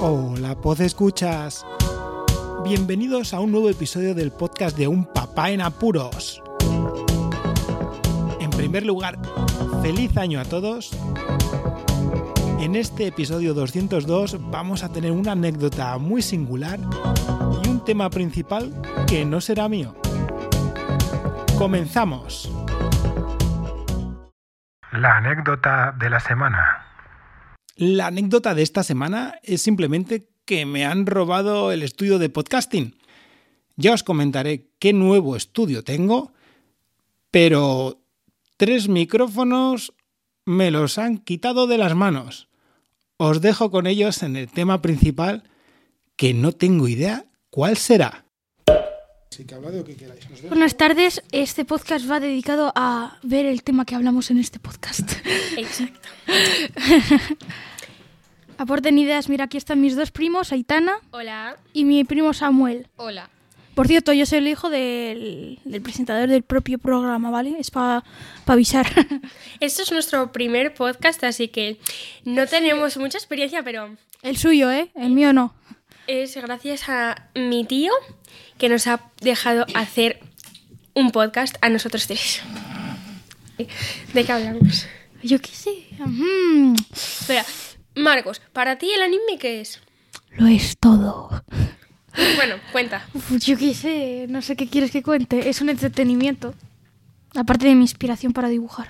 Hola, pod escuchas. Bienvenidos a un nuevo episodio del podcast de Un Papá en Apuros. En primer lugar, feliz año a todos. En este episodio 202 vamos a tener una anécdota muy singular y un tema principal que no será mío. Comenzamos. La anécdota de la semana. La anécdota de esta semana es simplemente que me han robado el estudio de podcasting. Ya os comentaré qué nuevo estudio tengo, pero tres micrófonos me los han quitado de las manos. Os dejo con ellos en el tema principal, que no tengo idea cuál será. Buenas tardes, este podcast va dedicado a ver el tema que hablamos en este podcast. Exacto. Aporten ideas, mira, aquí están mis dos primos, Aitana Hola. y mi primo Samuel. Hola. Por cierto, yo soy el hijo del, del presentador del propio programa, ¿vale? Es para avisar. Este es nuestro primer podcast, así que no tenemos mucha experiencia, pero el suyo, ¿eh? El mío no. es gracias a mi tío que nos ha dejado hacer un podcast a nosotros tres. ¿De qué hablamos? Yo qué sé. Mm, Espera, Marcos, ¿para ti el anime qué es? lo es todo. Bueno, cuenta. Uf, yo qué sé, no sé qué quieres que cuente. Es un entretenimiento. Aparte de mi inspiración para dibujar.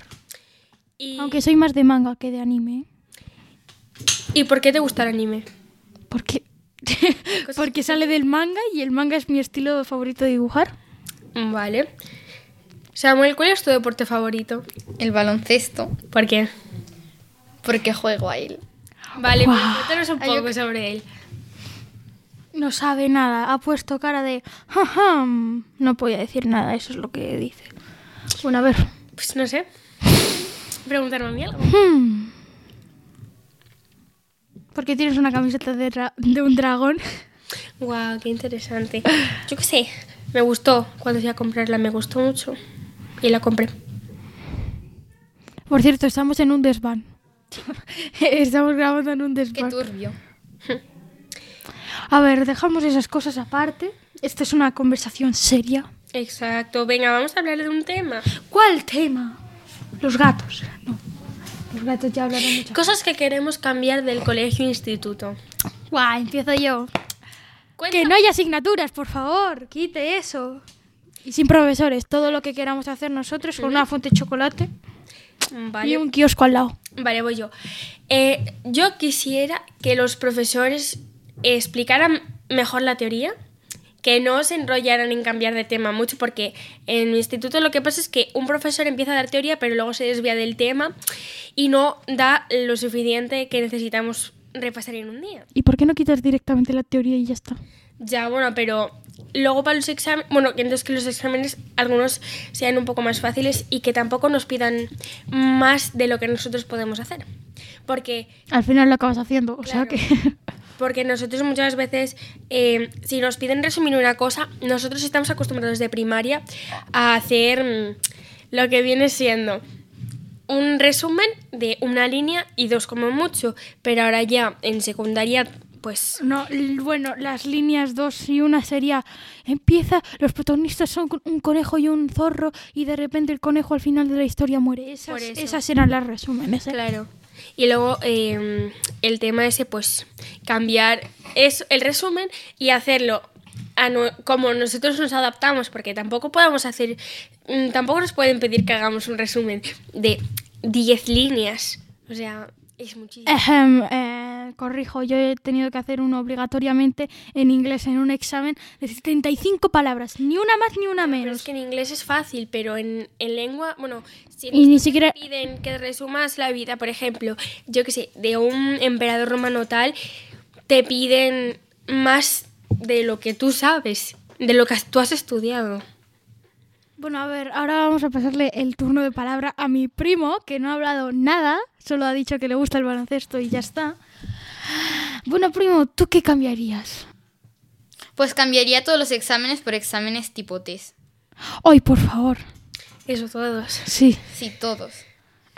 ¿Y, Aunque soy más de manga que de anime. ¿y por qué te gusta el anime? ¿eh? Porque, porque sale del manga y el manga es mi estilo favorito de dibujar. Vale. Samuel, ¿cuál es tu deporte favorito? El baloncesto, ¿Por qué? porque juego a él. Vale, pues Guau. cuéntanos un Ay, yo poco que- sobre él. No sabe nada, ha puesto cara de... "Ja, ja". No podía decir nada, eso es lo que dice. Bueno, a ver. Pues no sé. Preguntarme a mí algo. Hmm. ¿Por qué tienes una camiseta de, ra- de un dragón? Wow, qué interesante. Yo qué sé. Me gustó cuando fui a comprarla, me gustó mucho. Y la compré. Por cierto, estamos en un desván. estamos grabando en un Qué desván. turbio. A ver, dejamos esas cosas aparte. Esta es una conversación seria. Exacto. Venga, vamos a hablar de un tema. ¿Cuál tema? Los gatos. No. Los gatos ya hablaron mucho. Cosas que queremos cambiar del colegio e instituto. Guau, empiezo yo. Cuenta- Que no hay asignaturas, por favor. Quite eso. Y sin profesores, todo lo que queramos hacer nosotros con una fuente de chocolate Vale, y un kiosco al lado. vale voy yo. Eh, yo quisiera que los profesores explicaran mejor la teoría, que no se enrollaran en cambiar de tema mucho, porque en mi instituto lo que pasa es que un profesor empieza a dar teoría, pero luego se desvía del tema y no da lo suficiente que necesitamos repasar en un día. ¿Y por qué no quitas directamente la teoría y ya está? Ya, bueno, pero luego para los exámenes, bueno, que entonces que los exámenes algunos sean un poco más fáciles y que tampoco nos pidan más de lo que nosotros podemos hacer. Porque, Al final lo acabas haciendo, o sea Claro. que... porque nosotros muchas veces, eh, si nos piden resumir una cosa, nosotros estamos acostumbrados de primaria a hacer mm, lo que viene siendo un resumen de una línea y dos como mucho, pero ahora ya en secundaria, pues... No, l- bueno, las líneas dos y una sería empieza, los protagonistas son con- un conejo y un zorro y de repente el conejo al final de la historia muere. Esas, Por eso. esas eran las resúmenes. ¿eh? Claro. Y luego eh, el tema ese, pues cambiar es el resumen y hacerlo a no- como nosotros nos adaptamos, porque tampoco podemos hacer, mm, tampoco nos pueden pedir que hagamos un resumen de 10 líneas. O sea, es muchísimo. Ejem, eh, corrijo, yo he tenido que hacer uno obligatoriamente en inglés en un examen de 75 palabras, ni una más ni una Pero es menos. que en inglés es fácil, pero en, en lengua, bueno, si Y ni siquiera... piden que resumas la vida, por ejemplo, yo que sé, de un emperador romano tal, te piden más de lo que tú sabes, de lo que has- tú has estudiado. Bueno, a ver, ahora vamos a pasarle el turno de palabra a mi primo, que no ha hablado nada, solo ha dicho que le gusta el baloncesto y ya está. Bueno, primo, ¿tú qué cambiarías? Pues cambiaría todos los exámenes por exámenes tipo test. Hoy, por favor. Eso todos. Sí. Sí, todos.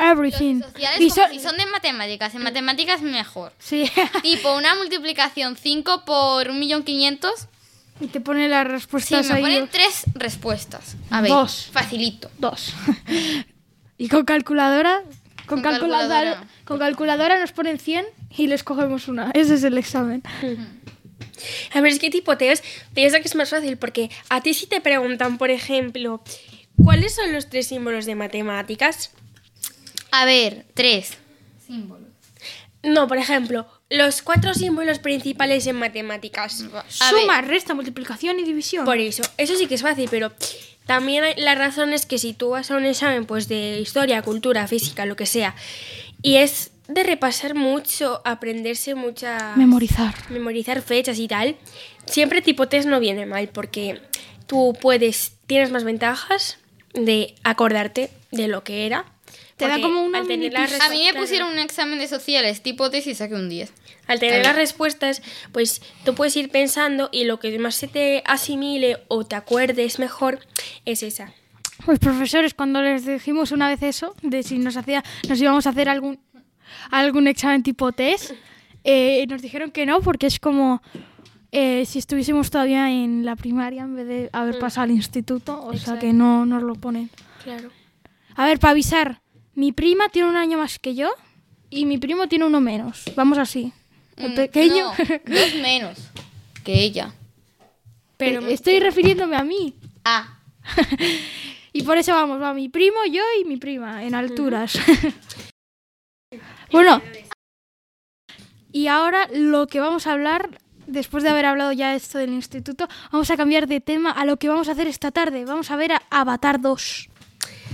Everything. Sociales Y como so- si son de matemáticas. En matemáticas mejor. Sí. Tipo, una multiplicación 5 por 1.500.000. y te pone las Sí, respuestas me Pues ahí. ponen tres respuestas. A ver, Dos. facilito. Dos. y con calculadora. Con, Con calculadora, calculadora. Con calculadora nos ponen 100 y les cogemos una. Ese es el examen. A ver, es que tipoteos, piensa que es más fácil porque a ti si te preguntan, por ejemplo, ¿cuáles son los tres símbolos de matemáticas? A ver, tres. Símbolos. No, por ejemplo, los cuatro símbolos principales en matemáticas. A ver. Suma, resta, multiplicación y división. Por eso, eso sí que es fácil, pero también hay- la razón es que si tú vas a un examen pues de historia, cultura, física, lo que sea, y es de repasar mucho, aprenderse mucha... Memorizar. memorizar fechas y tal, siempre tipo test no viene mal porque tú puedes, tienes más ventajas de acordarte de lo que era. Te da porque como una al tener, mini las pista. A mí me respuestas- pusieron un examen de sociales tipo tesis y saqué un 10. al tener las respuestas, pues tú puedes ir pensando y lo que más se te asimile o te acuerdes mejor es esa. Pues profesores, cuando les dijimos una vez eso, de si nos hacía, nos íbamos a hacer algún, algún examen tipo test, eh, nos dijeron que no, porque es como eh, si estuviésemos todavía en la primaria en vez de Mm. haber pasado al instituto, o sea que no nos lo ponen. Claro. A ver, para avisar, mi prima tiene un año más que yo y mi primo tiene uno menos. Vamos así. El Mm, pequeño. No, dos menos que ella. Pero- Eh, Estoy refiriéndome a mí. Ah, Y por eso vamos, va mi primo, yo y mi prima, en alturas. bueno. Y ahora lo que vamos a hablar, después de haber hablado ya esto del instituto, vamos a cambiar de tema a lo que vamos a hacer esta tarde. Vamos a ver a Avatar 2.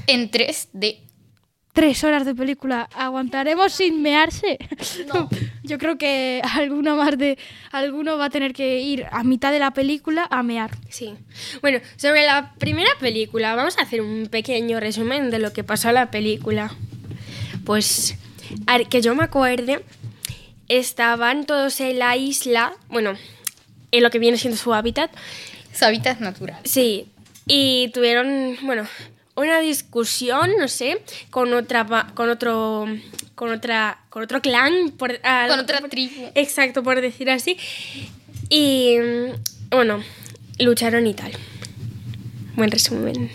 en 3D. Tres horas de película. ¿Aguantaremos sin mearse? Yo creo que alguno más de. Alguno va a tener que ir a mitad de la película a mear. Sí. Bueno, sobre la primera película, vamos a hacer un pequeño resumen de lo que pasó en la película. Pues, a ver, que yo me acuerde, estaban todos en la isla, bueno, en lo que viene siendo su hábitat, Su hábitat natural. sí, y tuvieron, bueno, una discusión, no sé, con otra, pa- con otro, con otra, con otro clan, por- ah, Con otra tribu. Exacto, por decir así. Y mm, bueno, lucharon y tal. Buen resumen.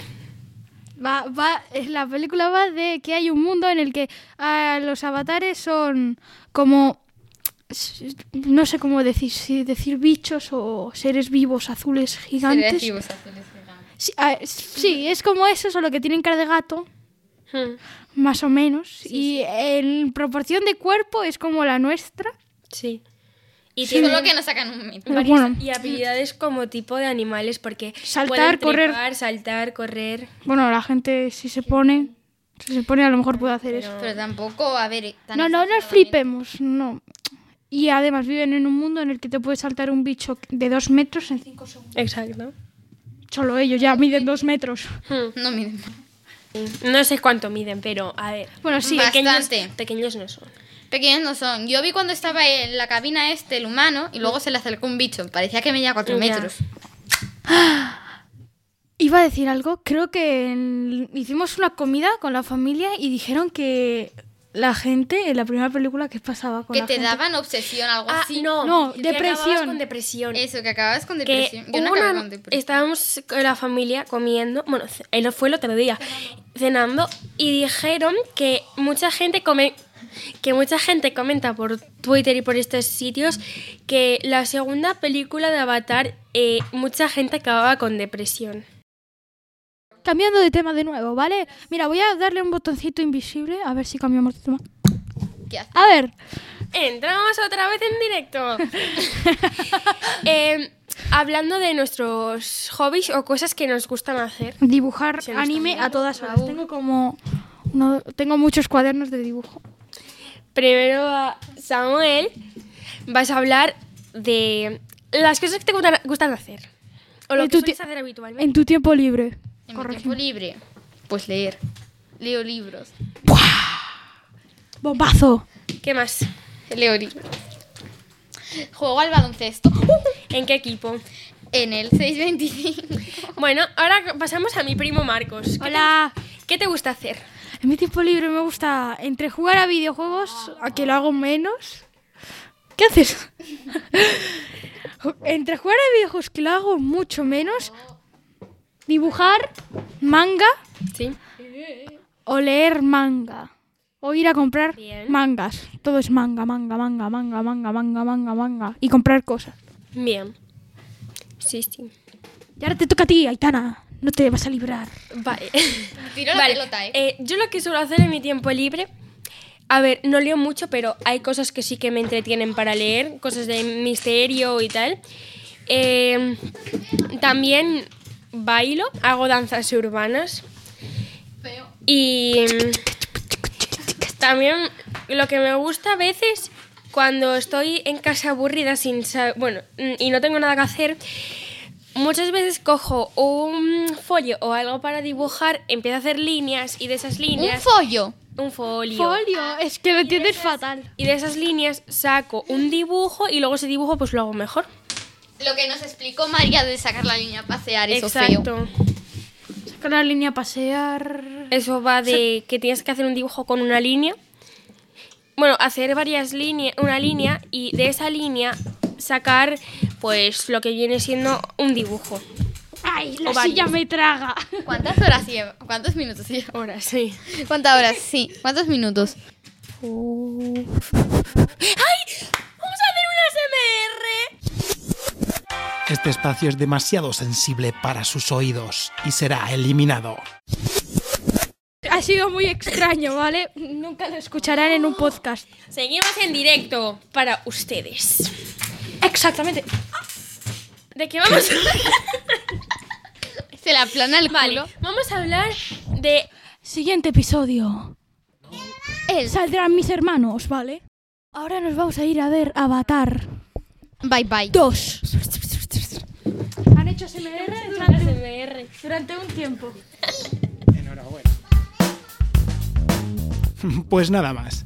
Va, va, eh, la película va de que hay un mundo en el que ah, los avatares son como, s- no sé cómo decir, si decir bichos o seres vivos azules gigantes. Creativos, azules, gigantes. Sí, ah, es- sí, es como eso, solo que tienen cara de gato, Hmm, más o menos. y en proporción de cuerpo es como la nuestra. Sí. Y tienen Solo que nos sacan un metro. Pero varias- bueno, y habilidades como tipo de animales porque Saltar, pueden correr. trepar, saltar, correr. bueno, la gente si se pone, si se pone a lo mejor puede hacer eso. Pero tampoco, a ver. eh, tan No, no nos exageradamente. flipemos, no. Y además viven en un mundo en el que te puede saltar un bicho de dos metros en cinco segundos. Exacto. Solo ellos ya miden dos metros. No, miren. No sé cuánto miden, pero a ver. Bueno, sí, Bastante. Pequeños, pequeños no son. Pequeños no son. Yo vi cuando estaba en la cabina este, el humano, y luego se le acercó un bicho. Parecía que medía 4 Ya. metros. iba a decir algo. Creo que en- hicimos una comida con la familia y dijeron que la gente en la primera película que pasaba con Que la te gente- daban obsesión, algo Ah, así. no. No, que acababas depresión. Con depresión. Eso, que acababas con que depresión. Yo no hubo acabé una- con depresión. estábamos con la familia comiendo, bueno, c- él fue el otro día, cenando, y dijeron que mucha gente come, que mucha gente comenta por Twitter y por estos sitios que la segunda película de Avatar eh, mucha gente acababa con depresión. Cambiando de tema de nuevo, ¿vale? Mira, voy a darle un botoncito invisible a ver si cambiamos de tema. ¿Qué haces? A ver, Entramos otra vez en directo. Eh, hablando de nuestros hobbies o cosas que nos gustan hacer. dibujar Se nos anime cambió. a todas horas. Tengo como uno- tengo muchos cuadernos de dibujo. Primero, a Samuel, vas a hablar de las cosas que te gustan, gustan hacer. O lo En que tu sueles ti- hacer habitualmente. En tu tiempo libre. En mi Corregime. tiempo libre, pues leer. Leo libros. Bombazo. ¿Qué más? Leo libros. Juego al baloncesto ¿En qué equipo? en el 625. Bueno, ahora pasamos a mi primo Marcos. ¿Qué te- Hola. ¿Qué te gusta hacer? En mi tiempo libre me gusta entre jugar a videojuegos, a que lo hago menos. ¿Qué haces? entre jugar a videojuegos, que lo hago mucho menos. Dibujar manga Sí. o leer manga. O ir a comprar Bien. mangas. Todo es manga, manga, manga, manga, manga, manga, manga, manga. Y comprar cosas. Bien. Sí, sí. Y ahora te toca a ti, Aitana. No te vas a librar. Vale. Tiro la Vale, pelota, ¿eh? eh, Yo lo que suelo hacer en mi tiempo libre. A ver, no leo mucho, pero hay cosas que sí que me entretienen para leer, cosas de misterio y tal. Eh, también bailo, hago danzas urbanas. Y mm, también lo que me gusta a veces cuando estoy en casa aburrida sin sa- bueno, mm, y no tengo nada que hacer, muchas veces cojo un folio o algo para dibujar, empiezo a hacer líneas y de esas Un líneas follo. un folio. Folio, es que lo entiendes fatal. y de esas líneas saco un dibujo y luego ese dibujo pues lo hago mejor. Lo que nos explicó María de sacar la niña a pasear, eso feo. Exacto. Saca la línea a pasear. Eso va de que tienes que hacer un dibujo con una línea. Bueno, hacer varias líneas, una línea y de esa línea sacar pues lo que viene siendo un dibujo. Ay, la O varios. silla me traga. ¿Cuántas horas lleva? ¿Cuántos minutos lleva? Ahora sí. ¿Cuántas horas? Sí. ¿Cuántos minutos? Vamos a hacer una SMR. Este espacio es demasiado sensible para sus oídos y será eliminado. Ha sido muy extraño, ¿vale? Nunca lo escucharán en un podcast. Seguimos en directo para ustedes. Exactamente. ¿De qué vamos a Se la plana el Vale, culo. vamos a hablar de Siguiente episodio. El Saldrán mis hermanos, ¿vale? Ahora nos vamos a ir a ver Avatar bye bye. 2. Han hecho SMR durante, SMR. durante un tiempo. Pues nada más.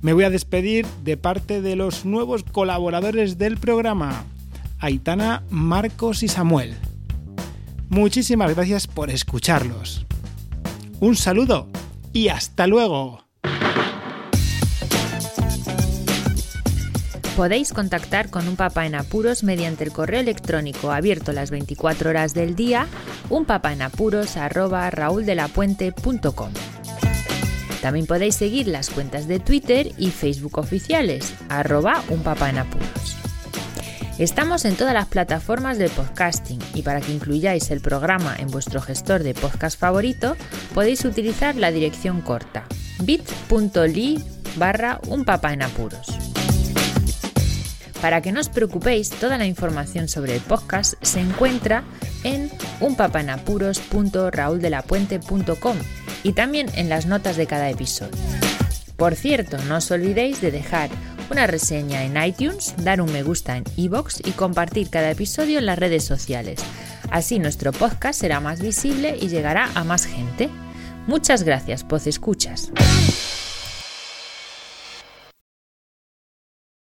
Me voy a despedir de parte de los nuevos colaboradores del programa, Aitana, Marcos y Samuel. Muchísimas gracias por escucharlos. Un saludo y hasta luego. Podéis contactar con un papá en apuros mediante el correo electrónico abierto las 24 horas del día, unpapaenapuros@rauldelapuente.com. También podéis seguir las cuentas de Twitter y Facebook oficiales, arroba unpapaenapuros. Estamos en todas las plataformas de podcasting y para que incluyáis el programa en vuestro gestor de podcast favorito, podéis utilizar la dirección corta bit.ly barra unpapaenapuros. Para que no os preocupéis, toda la información sobre el podcast se encuentra en unpapanapuros.rauldelapuente.com y también en las notas de cada episodio. Por cierto, no os olvidéis de dejar una reseña en iTunes, dar un me gusta en iBox y compartir cada episodio en las redes sociales. Así nuestro podcast será más visible y llegará a más gente. Muchas gracias, Poz Escuchas.